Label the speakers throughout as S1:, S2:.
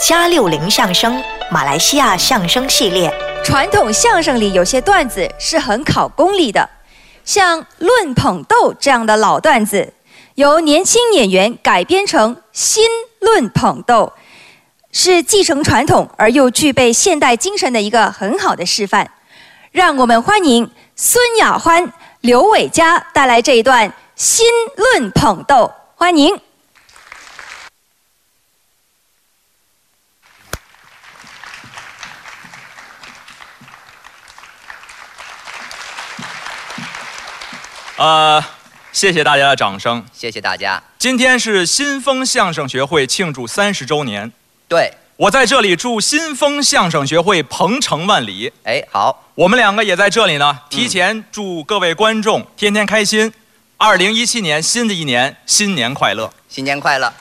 S1: 加六零相声，马来西亚相声系列。
S2: 传统相声里有些段子是很考功力的，像“论捧逗”这样的老段子，由年轻演员改编成新“论捧逗”，是继承传统而又具备现代精神的一个很好的示范。让我们欢迎孙雅欢、刘伟佳带来这一段新“论捧逗”，欢迎。
S3: 呃，谢谢大家的掌声。
S4: 谢谢大家。
S3: 今天是新丰相声学会庆祝三十周年，
S4: 对，
S3: 我在这里祝新丰相声学会鹏程万里。
S4: 哎，好，
S3: 我们两个也在这里呢，提前祝各位观众天天开心。二零一七年新的一年，新年快乐！
S4: 新年快乐。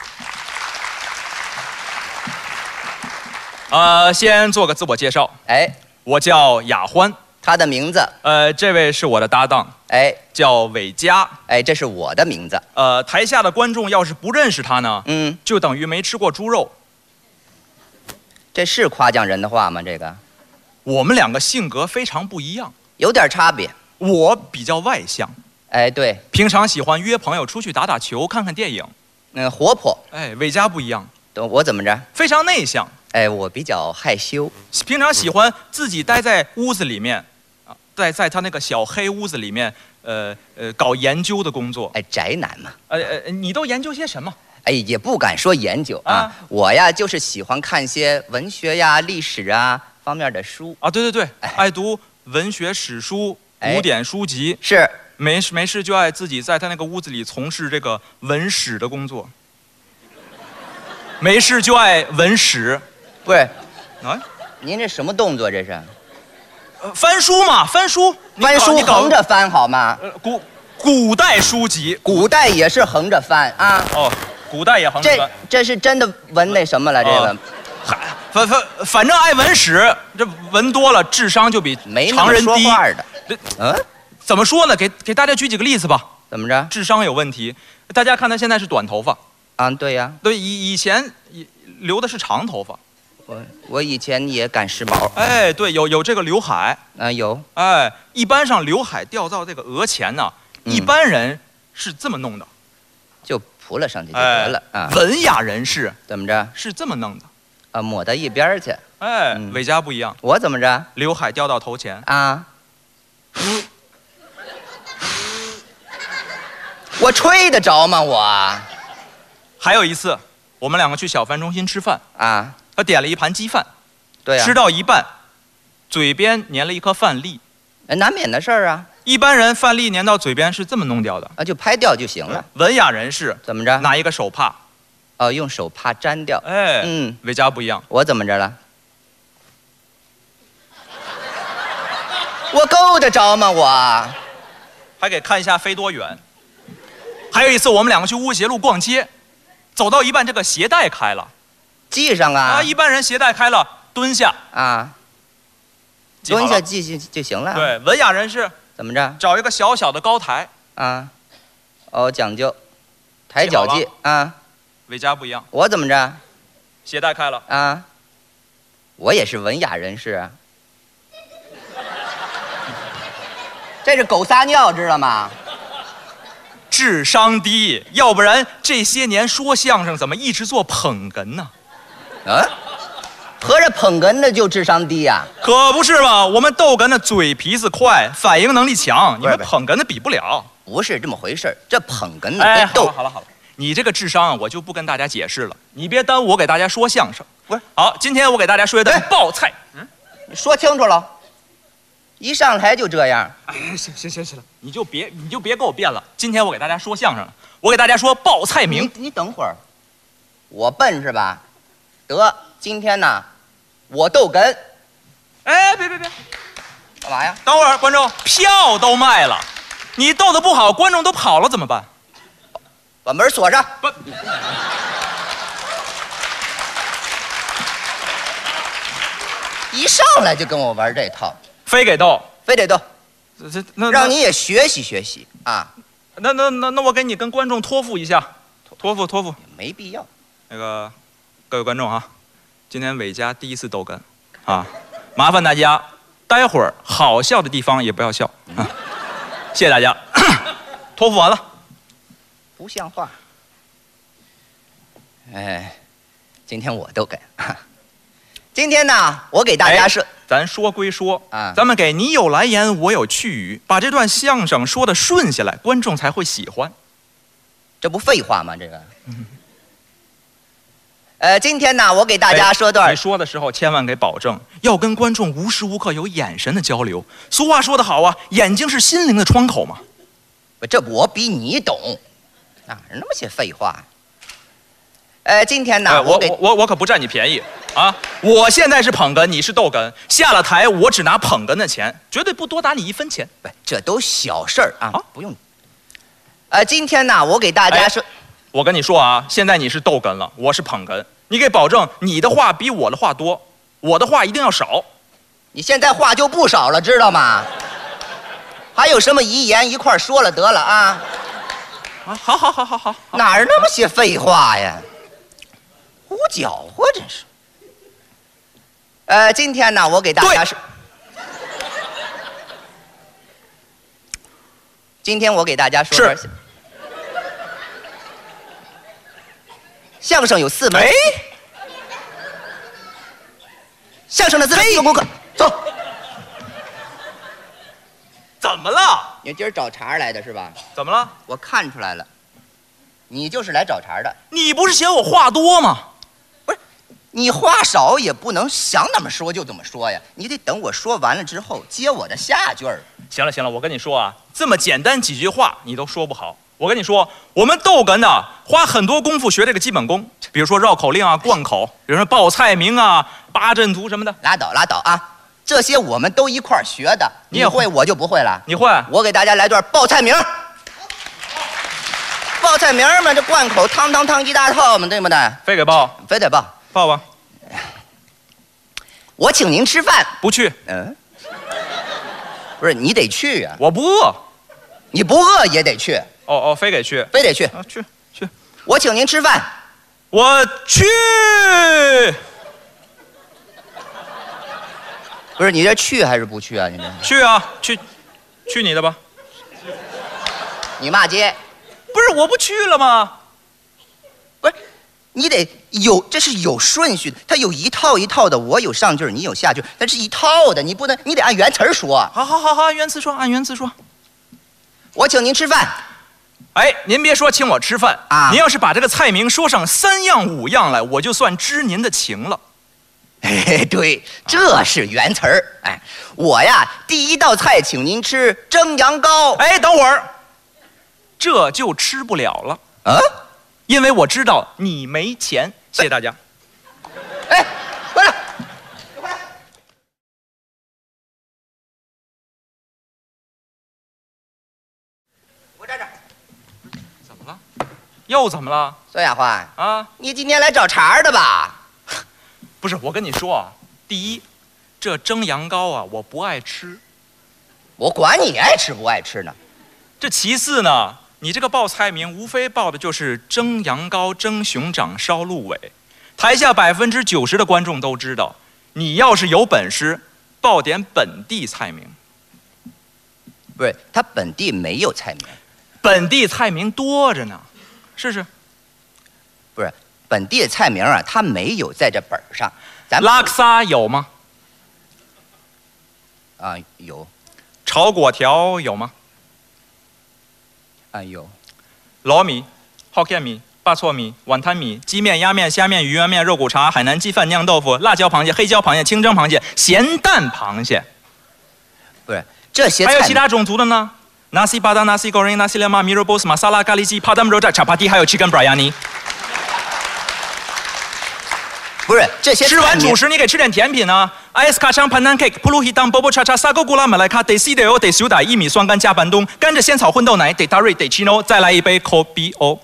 S3: 呃，先做个自我介绍，
S4: 哎，
S3: 我叫雅欢，
S4: 他的名字，
S3: 呃，这位是我的搭档，
S4: 哎
S3: 叫伟佳。
S4: 哎，这是我的名字。
S3: 呃，台下的观众要是不认识他呢，
S4: 嗯，
S3: 就等于没吃过猪肉。
S4: 这是夸奖人的话吗？这个
S3: 我们两个性格非常不一样，
S4: 有点差别。
S3: 我比较外向。
S4: 哎，对，
S3: 平常喜欢约朋友出去打打球、看看电影。
S4: 嗯，活泼。
S3: 哎，伟嘉不一样，
S4: 懂我怎么着？
S3: 非常内向，
S4: 哎，我比较害羞。
S3: 平常喜欢自己待在屋子里面，啊，在在他那个小黑屋子里面，呃呃，搞研究的工作。
S4: 哎，宅男嘛。
S3: 呃呃，你都研究些什么？
S4: 哎，也不敢说研究啊。
S3: 啊
S4: 我呀，就是喜欢看些文学呀、历史啊方面的书。
S3: 啊，对对对，
S4: 哎
S3: 爱读文学史书、
S4: 哎
S3: 古典书籍，
S4: 是，
S3: 没事没事就爱自己在他那个屋子里从事这个文史的工作。没事就爱文史，
S4: 不是？
S3: 啊，
S4: 您这什么动作？这是
S3: 呃翻书嘛，翻书，你
S4: 翻
S3: 搞
S4: 书
S3: 你搞
S4: 横着翻好吗？
S3: 呃，古古代书籍
S4: 古代也是横着翻啊。
S3: 哦，古代也横着
S4: 这
S3: 翻，
S4: 这是真的闻那什么了？这个
S3: 啊嗨反反反正爱文史，这文多了智商就比
S4: 没那
S3: 常
S4: 么
S3: 人
S4: 说
S3: 低。
S4: 话的。
S3: 这
S4: 嗯，
S3: 怎么说呢？给给大家举几个例子吧。
S4: 怎么着？
S3: 智商有问题，大家看他现在是短头发，
S4: 啊，对呀，
S3: 对，以以前以留的是长头发，
S4: 我我以前也赶时髦。
S3: 哎，对，有有这个刘海，
S4: 啊，有
S3: 哎，一般上刘海掉到这个额前呢，
S4: 嗯
S3: 一般人是这么弄的，
S4: 就扑了上去就
S3: 哎
S4: 得了啊。
S3: 文雅人士
S4: 怎么着？
S3: 是这么弄的，
S4: 啊，抹到一边儿去。
S3: 哎，
S4: 嗯
S3: 伟嘉不一样，
S4: 我怎么着？
S3: 刘海掉到头前。
S4: 啊，我吹得着吗？我啊
S3: 还有一次，我们两个去小贩中心吃饭，
S4: 啊，
S3: 他点了一盘鸡饭，
S4: 对呀
S3: 吃，到一半，嘴边粘了一颗饭粒。
S4: 哎难免的事儿啊，
S3: 一般人饭粒粘到嘴边是这么弄掉的，
S4: 啊，就拍掉就行了。
S3: 文雅人士
S4: 怎么着？
S3: 拿一个手帕，
S4: 哦，用手帕粘掉。
S3: 哎，
S4: 嗯，
S3: 伟嘉不一样，
S4: 我怎么着了？我够得着吗？我
S3: 还给看一下飞多远。还有一次，我们两个去乌节路逛街，走到一半，这个鞋带开了
S4: 系上啊
S3: 啊，一般人鞋带开了蹲下，
S4: 啊，
S3: 系好
S4: 蹲
S3: 了
S4: 下系就就行了。，
S3: 对，文雅人士
S4: 怎么着
S3: 找一个小小的高台，
S4: 啊？哦，讲究抬脚
S3: 系
S4: 系啊。
S3: 伟嘉不一样，
S4: 我怎么着
S3: 鞋带开了，
S4: 啊？我也是文雅人士啊。 这是狗撒尿，知道吗？
S3: 智商低，要不然这些年说相声怎么一直做捧哏呢？
S4: 嗯、
S3: 啊
S4: 合着捧哏的就智商低啊呀、
S3: 可不是嘛，我们逗哏的嘴皮子快，反应能力强，你
S4: 不是
S3: 们
S4: 不是
S3: 捧哏的比不了。
S4: 不是这么回事儿，这捧哏的
S3: 哎，
S4: 跟
S3: 好
S4: 逗
S3: 了好了好了，你这个智商啊，我就不跟大家解释了，你别耽误我给大家说相声。
S4: 不是，
S3: 好，今天我给大家说一道
S4: 哎
S3: 爆菜。
S4: 说清楚了，一上台就这样。
S3: 哎，行行行行了，你就别你就别给我变了。今天我给大家说相声了，我给大家说报菜名
S4: 你。你等会儿，我笨是吧？得，今天呢，我逗哏，
S3: 哎，别别别，
S4: 干嘛呀？
S3: 等会儿观众票都卖了，你逗的不好，观众都跑了怎么办？
S4: 把门锁上。
S3: 不
S4: 一上来就跟我玩这套，
S3: 非给逗，
S4: 非得逗，
S3: 这这那
S4: 让你也学习学习啊！
S3: 那那那那我给你跟观众托付一下，托付托付。
S4: 没必要。
S3: 那个各位观众啊，今天伟嘉第一次逗哏，啊，麻烦大家，待会儿好笑的地方也不要笑啊，谢谢大家，托付完了。
S4: 不像话。哎，今天我都给。今天呢，我给大家是、
S3: 哎咱说归说
S4: 啊
S3: 咱们给你有来言，我有去语，把这段相声说的顺下来，观众才会喜欢。
S4: 这不废话吗？这个。呃，今天呢，我给大家说段
S3: 哎你说的时候千万给保证，要跟观众无时无刻有眼神的交流。俗话说得好啊，眼睛是心灵的窗口嘛。
S4: 不这我比你懂，哪儿那么些废话？呃，今天呢，
S3: 哎我
S4: 给
S3: 我我我可不占你便宜啊！我现在是捧哏，你是逗哏，下了台我只拿捧哏的钱，绝对不多打你一分钱。
S4: 不这都小事儿啊
S3: 啊，
S4: 不用。呃，今天呢，我给大家
S3: 哎
S4: 说，
S3: 我跟你说啊，现在你是逗哏了，我是捧哏，你给保证你的话比我的话多，我的话一定要少。
S4: 你现在话就不少了，知道吗？还有什么遗言一块儿说了得了啊？
S3: 啊，好好好好好，
S4: 哪儿那么些废话呀？胡搅和，真是。呃，今天呢，我给大家
S3: 对
S4: 说，今天我给大家说
S3: 是
S4: 段相相声有四门，
S3: 哎，
S4: 相声的四门做
S3: 哎
S4: 功课，走。
S3: 怎么了？
S4: 你今儿找茬儿来的是吧？
S3: 怎么了？
S4: 我看出来了，你就是来找茬儿的。
S3: 你不是嫌我话多吗？
S4: 你话少也不能想怎么说就怎么说呀，你得等我说完了之后接我的下句儿。
S3: 行了行了，我跟你说啊，这么简单几句话你都说不好。我跟你说，我们逗哏呢，花很多功夫学这个基本功，比如说绕口令啊、贯口，比如说报菜名啊、八阵图什么的，
S4: 拉倒拉倒啊，这些我们都一块儿学的，
S3: 你
S4: 你
S3: 也
S4: 会我就不会了。
S3: 你会？
S4: 我给大家来段报菜名儿，报菜名儿嘛，这贯口汤汤汤一大套嘛，对不对？
S3: 非给报
S4: 非得报。
S3: 报吧？
S4: 我请您吃饭，
S3: 不去，
S4: 嗯，不是你得去呀、
S3: 我不饿。
S4: 你不饿也得去，
S3: 哦哦，非给去
S4: 非得去。
S3: 啊，去去，
S4: 我请您吃饭，
S3: 我去。
S4: 不是你这去还是不去啊？你这
S3: 去啊，去，去你的吧。
S4: 你骂街，
S3: 不是，我不去了吗？
S4: 不是你得有，这是有顺序的，它有一套一套的。我有上句儿，你有下句儿，它是一套的，你不能，你得按原词儿说。
S3: 好好好好，按原词说，按原词说。
S4: 我请您吃饭，
S3: 哎，您别说请我吃饭
S4: 啊
S3: 您要是把这个菜名说上三样五样来，我就算知您的情了。
S4: 哎，对，这是原词儿。哎，我呀，第一道菜请您吃蒸羊羔。
S3: 哎，等会儿，这就吃不了了，
S4: 啊，呃
S3: 因为我知道你没钱。谢谢大家。
S4: 哎，回来。我站这儿。
S3: 怎么了？又怎么了？
S4: 孙亚欢，
S3: 啊，
S4: 你今天来找茬儿的吧？
S3: 不是，我跟你说啊，第一，这蒸羊羔啊，我不爱吃。
S4: 我管你爱吃不爱吃呢。
S3: 这其次呢，你这个报菜名无非报的就是蒸羊羔、蒸熊掌、烧鹿尾，台下百分之九十的观众都知道。你要是有本事，报点本地菜名，
S4: 不是，他本地没有菜名，
S3: 本地菜名多着呢，试试。
S4: 不是本地的菜名啊，他没有在这本儿上。咱们
S3: 拉克萨有吗？
S4: 啊有
S3: 炒粿条有吗？
S4: 啊有，
S3: 老米、好看米、八错米、碗摊米、鸡面、鸭面、虾面、鱼圆面、肉骨茶、海南鸡饭、酿豆腐、辣椒螃蟹、黑椒螃蟹、清蒸螃蟹、咸蛋螃蟹。
S4: 不是这些
S3: 还有
S4: 菜
S3: 其
S4: 名
S3: 他种族的呢？nasi p a d a nasi goreng nasi lemak miro bos masala 咖喱鸡 padam rojak chapati，还有 chicken biryani。
S4: 不是这些
S3: 吃完
S4: 菜名
S3: 主食，你给吃点甜品啊！ice 卡枪 pandan cake、普鲁希当、波波叉叉、沙锅古拉、马来卡、得西哦得欧、得苏打、薏米酸干加板东、甘蔗仙草混豆奶、得达瑞、得奇诺，再来一杯哦 k o b o。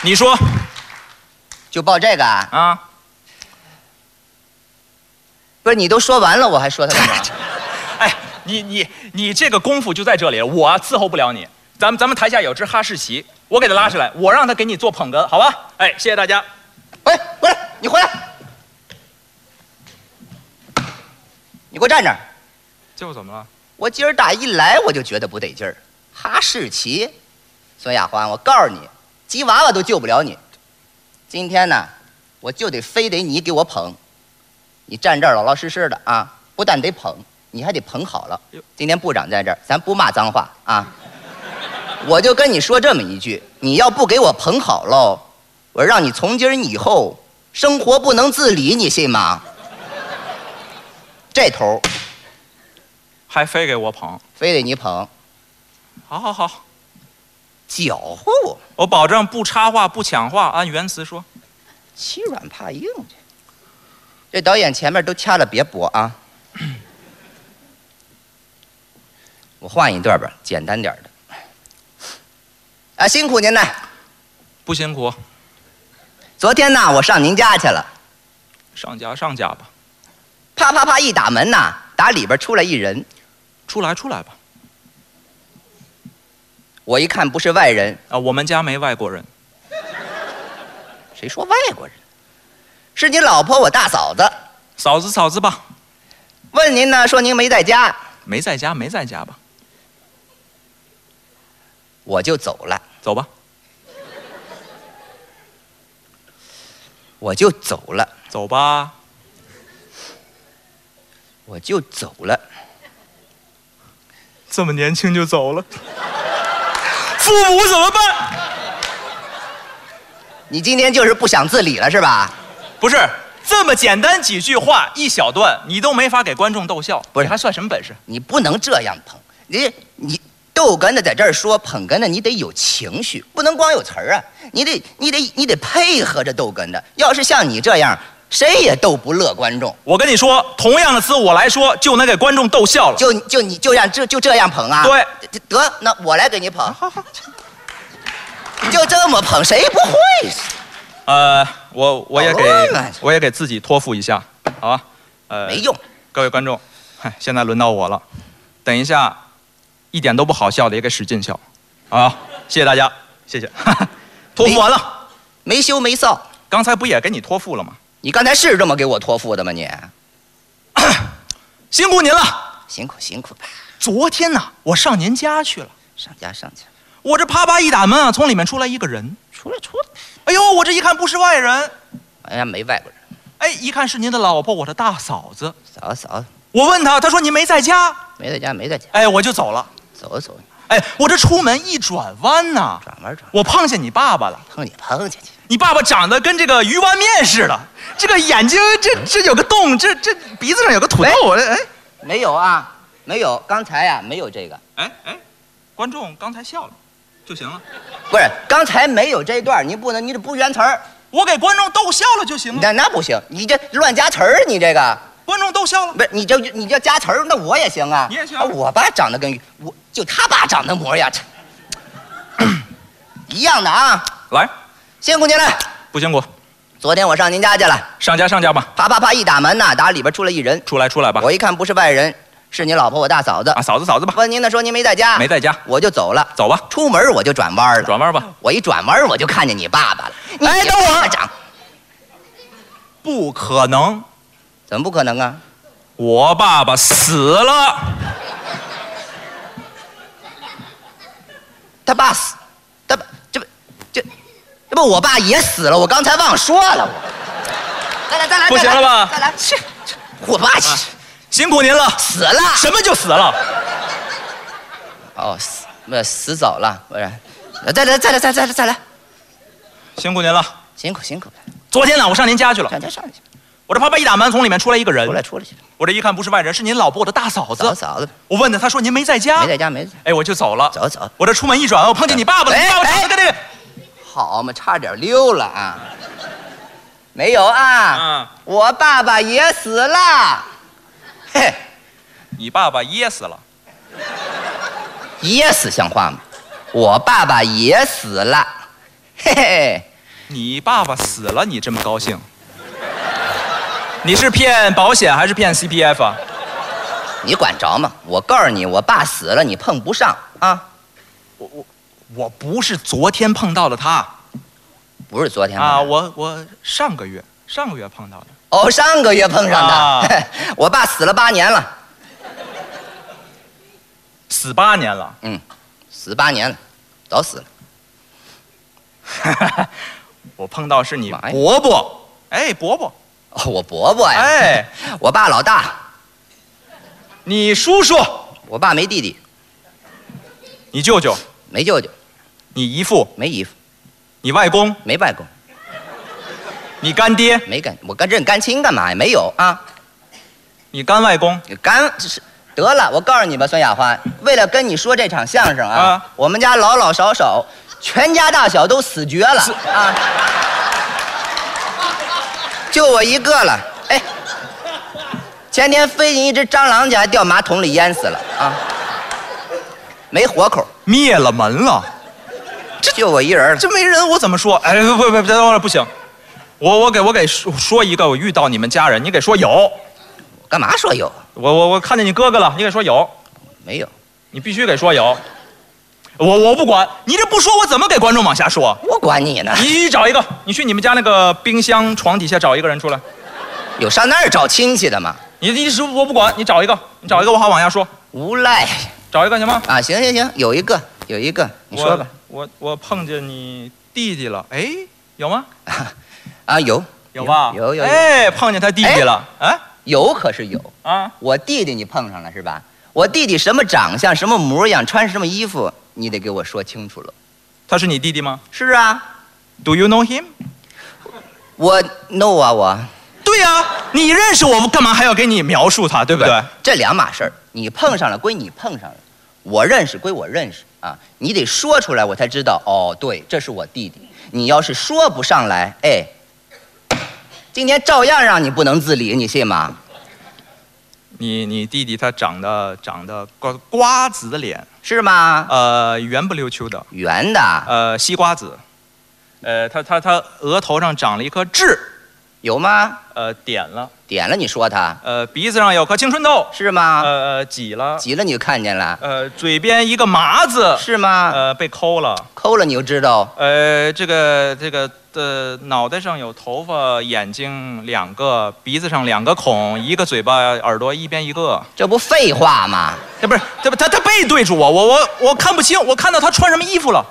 S3: 你说
S4: 就报这个啊？
S3: 啊？
S4: 不是你都说完了，我还说他干嘛？
S3: 哎，你你你这个功夫就在这里，我伺候不了你。咱们咱们台下有只哈士奇，我给它拉上来，我让它给你做捧哏，好吧？哎，谢谢大家。
S4: 回来，回来，你回来，你给我站这儿。
S3: 这又怎么了？
S4: 我今儿打一来我就觉得不得劲儿，哈士奇，孙亚欢，我告诉你，吉娃娃都救不了你。今天呢，我就得非得你给我捧，你站这儿老老实实的啊，不但得捧，你还得捧好了
S3: 哟。
S4: 今天部长在这儿，咱不骂脏话啊。我就跟你说这么一句，你要不给我捧好喽，我让你从今儿以后生活不能自理，你信吗？这头儿
S3: 还非给我捧？
S4: 非得你捧，
S3: 好好好，
S4: 搅和我。
S3: 我保证不插话不抢话，按原词说。
S4: 欺软怕硬这。这导演前面都掐了，别播啊！ 我换一段吧，简单点儿的。啊，辛苦您了。
S3: 不辛苦，
S4: 昨天呐，我上您家去了，
S3: 上家上家吧，
S4: 啪啪啪一打门呐，打里边出来一人，
S3: 出来出来吧。
S4: 我一看不是外人，
S3: 啊，我们家没外国人，
S4: 谁说外国人？是你老婆，我大嫂子。
S3: 嫂子嫂子吧，
S4: 问您呢，说您没在家，
S3: 没在家没在家吧，
S4: 我就走了，
S3: 走吧
S4: 我就走了。
S3: 走吧，
S4: 我就走了。
S3: 这么年轻就走了，父母怎么办？
S4: 你今天就是不想自理了是吧？
S3: 不是这么简单几句话一小段，你都没法给观众逗笑，
S4: 不是
S3: 你还算什么本事？
S4: 你不能这样捧，你你逗哏的在这儿说捧哏的，你得有情绪，不能光有词儿啊，你得你得你得配合着逗哏的。要是像你这样，谁也逗不乐观众。
S3: 我跟你说，同样的词我来说就能给观众逗笑了。
S4: 就就你就让这就这样捧啊？
S3: 对
S4: 得，得，那我来给你捧。 就这么捧，谁不会？
S3: 呃，我我也给
S4: 捣乱了
S3: 我也给自己托付一下，好吧？呃，
S4: 没用，
S3: 各位观众，嗨，现在轮到我了。等一下，一点都不好笑的也给使劲笑，啊！谢谢大家，谢 谢。托付完了，
S4: 没羞没臊。
S3: 刚才不也给你托付了吗？
S4: 你刚才是这么给我托付的吗？你
S3: 辛苦您了。
S4: 辛苦辛苦吧，
S3: 昨天呐，我上您家去了，
S4: 上家上家，
S3: 我这啪啪一打门啊，从里面出来一个人。
S4: 出来出来。
S3: 哎呦，我这一看不是外人，
S4: 哎呀，没外国人，
S3: 哎，一看是您的老婆，我的大嫂子。
S4: 嫂嫂
S3: 我问她，她说您没在家，
S4: 没在家没在家，
S3: 哎，我就走了。
S4: 走走，
S3: 哎，我这出门一转弯呐、
S4: 转弯转弯，
S3: 我碰见你爸爸了。
S4: 碰你碰见去。
S3: 你爸爸长得跟这个鱼丸面似的，这个眼睛这这有个洞，这这鼻子上有个土豆，嗯哎
S4: 没有啊，没有，刚才呀、没有这个，
S3: 哎哎，观众刚才笑了就行了，
S4: 不是刚才没有这一段，你不能，你这不圆词儿，
S3: 我给观众逗笑了就行了，
S4: 那那不行，你这乱加词儿，啊你这个
S3: 观众逗笑了，
S4: 不是你这你这加词儿，那我也行啊，
S3: 你也行
S4: 啊我爸长得跟鱼我就他爸长得 模样，这一样的啊，
S3: 来，
S4: 辛苦您了。
S3: 不辛苦，
S4: 昨天我上您家去了，
S3: 上家上家吧，
S4: 啪啪啪一打门呐、打里边出来一人，
S3: 出来出来吧，
S4: 我一看不是外人，是你老婆我大嫂子
S3: 啊，嫂子嫂子吧，
S4: 问您呢说您没在家，
S3: 没在家，
S4: 我就走了。
S3: 走吧，
S4: 出门我就转弯了，
S3: 转弯吧，
S4: 我一转弯我就看见你爸爸了。你
S3: 哎等会儿
S4: 长
S3: 不可能，
S4: 怎么不可能啊？
S3: 我爸爸死了，
S4: 他爸死，他爸这不这这不我爸也死了，我刚才忘说了我。再来再来，
S3: 不行了吧啊
S4: 再来，去，去我爸
S3: 辛苦您了，
S4: 死了。
S3: 什么就死了？
S4: 哦，死不死早了，不然。再来再来再来再来再来，
S3: 辛苦您了，
S4: 辛苦辛苦，
S3: 昨天呢，我上您家去了，
S4: 上家上去，
S3: 我这啪啪一打门，从里面出来一个人
S4: 出，来出来去，
S3: 我这一看不是外人，是您老婆我的大嫂子
S4: 走，嫂子
S3: 我问他，他说您没在家，
S4: 没在家没在家，
S3: 哎，我就走了。
S4: 走走，
S3: 我这出门一转弯，我哦碰见你爸爸了。
S4: 哎
S3: 你爸爸长得跟那个……
S4: 好嘛，差点溜了啊。没有啊，
S3: 嗯
S4: 我爸爸也死了，嘿。
S3: 你爸爸噎死了，
S4: 噎死像话吗？我爸爸也死了，嘿嘿，
S3: 你爸爸死了，你这么高兴？ 你是骗保险还是骗 CPF 啊？
S4: 你管着吗？我告诉你，我爸死了，你碰不上啊！
S3: 我不是昨天碰到的他，
S4: 不是昨天
S3: 啊，
S4: 晚上
S3: 我我上个月上个月碰到的，
S4: 哦，上个月碰上的。
S3: 啊
S4: 我爸死了八年了，
S3: 死八年了。
S4: 嗯，死八年了，早死了。
S3: 我碰到是你
S4: 妈呀
S3: 伯伯，哎，伯伯，
S4: 哦，我伯伯呀，
S3: 哎，
S4: 我爸老大，
S3: 你叔叔，
S4: 我爸没弟弟，
S3: 你舅舅，
S4: 没舅舅，
S3: 你姨父，
S4: 没姨父，
S3: 你外公，
S4: 没外公，
S3: 你干爹，
S4: 没干，我干认干亲干嘛呀？没有啊，
S3: 你干外公，
S4: 干这是得了，我告诉你吧，孙亚欢，为了跟你说这场相声啊，
S3: 啊
S4: 我们家老老少少，全家大小都死绝了啊，就我一个了。哎，前天飞进一只蟑螂去，还掉马桶里淹死了啊，没活口，
S3: 灭了门了，
S4: 就我一人了。
S3: 这没人我怎么说？哎，不不不，等会儿不行，我我给我给说说一个，我遇到你们家人，你给说有，
S4: 干嘛说有？
S3: 我我我看见你哥哥了，你给说有，
S4: 没有，
S3: 你必须给说有，我我不管，你这不说我怎么给观众往下说？
S4: 我管你呢。
S3: 你去找一个，你去你们家那个冰箱床底下找一个人出来。
S4: 有上那儿找亲戚的吗？
S3: 你你是我不管，你找一个，你找一个，我好往下说，
S4: 无赖
S3: 找一个行吗？
S4: 啊！行行行，有一个，有一个，你说吧。
S3: 我。我我碰见你弟弟了，哎，有吗？
S4: 啊，有
S3: 吧？
S4: 有有有
S3: 哎，碰见他弟弟了，哎
S4: 有可是有。
S3: 啊，
S4: 我弟弟你碰上了是吧？我弟弟什么长相、什么模样、穿什么衣服，你得给我说清楚了。
S3: 他是你弟弟吗
S4: 是啊，
S3: ？Do you know him？
S4: 我 no 啊，我
S3: 对呀、你认识我，干嘛还要给你描述他，对不对？
S4: 这两码事儿。你碰上了归你碰上了，我认识归我认识啊，你得说出来我才知道。哦，对，这是我弟弟。你要是说不上来，哎，今天照样让你不能自理，你信吗？
S3: 你你弟弟他长得长得瓜瓜子脸，
S4: 是吗？
S3: 呃，圆不溜秋的，
S4: 圆的
S3: 呃，西瓜子，呃，他他他额头上长了一颗痣，
S4: 有吗？
S3: 呃，点了，
S4: 点了你说他
S3: 呃，鼻子上有颗青春痘，
S4: 是啊吗？
S3: 呃，挤了，
S4: 急了你就看见了
S3: 呃，嘴边一个麻子，
S4: 是啊吗？
S3: 呃，被抠了。
S4: 抠了你就知道
S3: 呃，这个这个呃，脑袋上有头发，眼睛两个，鼻子上两个孔，一个嘴巴，耳朵一边一个。
S4: 这不废话吗？
S3: 这不是，这不他他背对着我，我我我看不清，我看到他穿什么衣服了。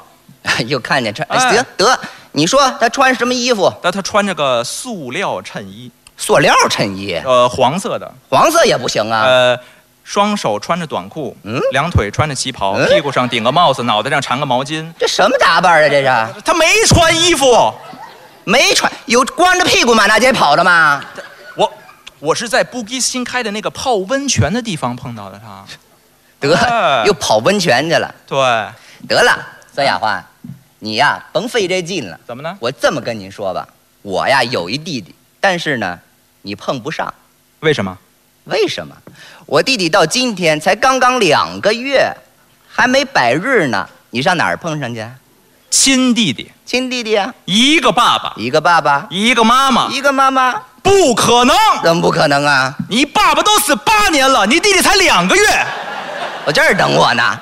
S4: 又看见穿，
S3: 哎
S4: 哎行得，你说他穿什么衣服？
S3: 但他穿着个塑料衬衣，
S4: 塑料衬衣，
S3: 呃，黄色的，
S4: 黄色也不行啊。
S3: 呃，双手穿着短裤，
S4: 嗯
S3: 两腿穿着旗袍，
S4: 嗯
S3: 屁股上顶个帽子，脑袋上缠个毛巾。
S4: 这什么打扮啊？这是
S3: 他没穿衣服，
S4: 没穿，有光着屁股满大街跑的吗？
S3: 我我是在布吉新开的那个泡温泉的地方碰到的他。哎
S4: 得，又跑温泉去了。
S3: 对，
S4: 得了，孙亚欢，你呀甭费这劲了。
S3: 怎么呢？
S4: 我这么跟您说吧，我呀有一弟弟，但是呢，你碰不上。
S3: 为什么？
S4: 为什么？我弟弟到今天才刚刚两个月，还没百日呢。你上哪儿碰上去？
S3: 亲弟弟，
S4: 亲弟弟啊，
S3: 一个爸爸，
S4: 一个爸爸，
S3: 一个妈妈，
S4: 一个妈妈，
S3: 不可能！
S4: 怎么不可能啊？
S3: 你爸爸都死八年了，你弟弟才两个月，
S4: 我这儿等我呢。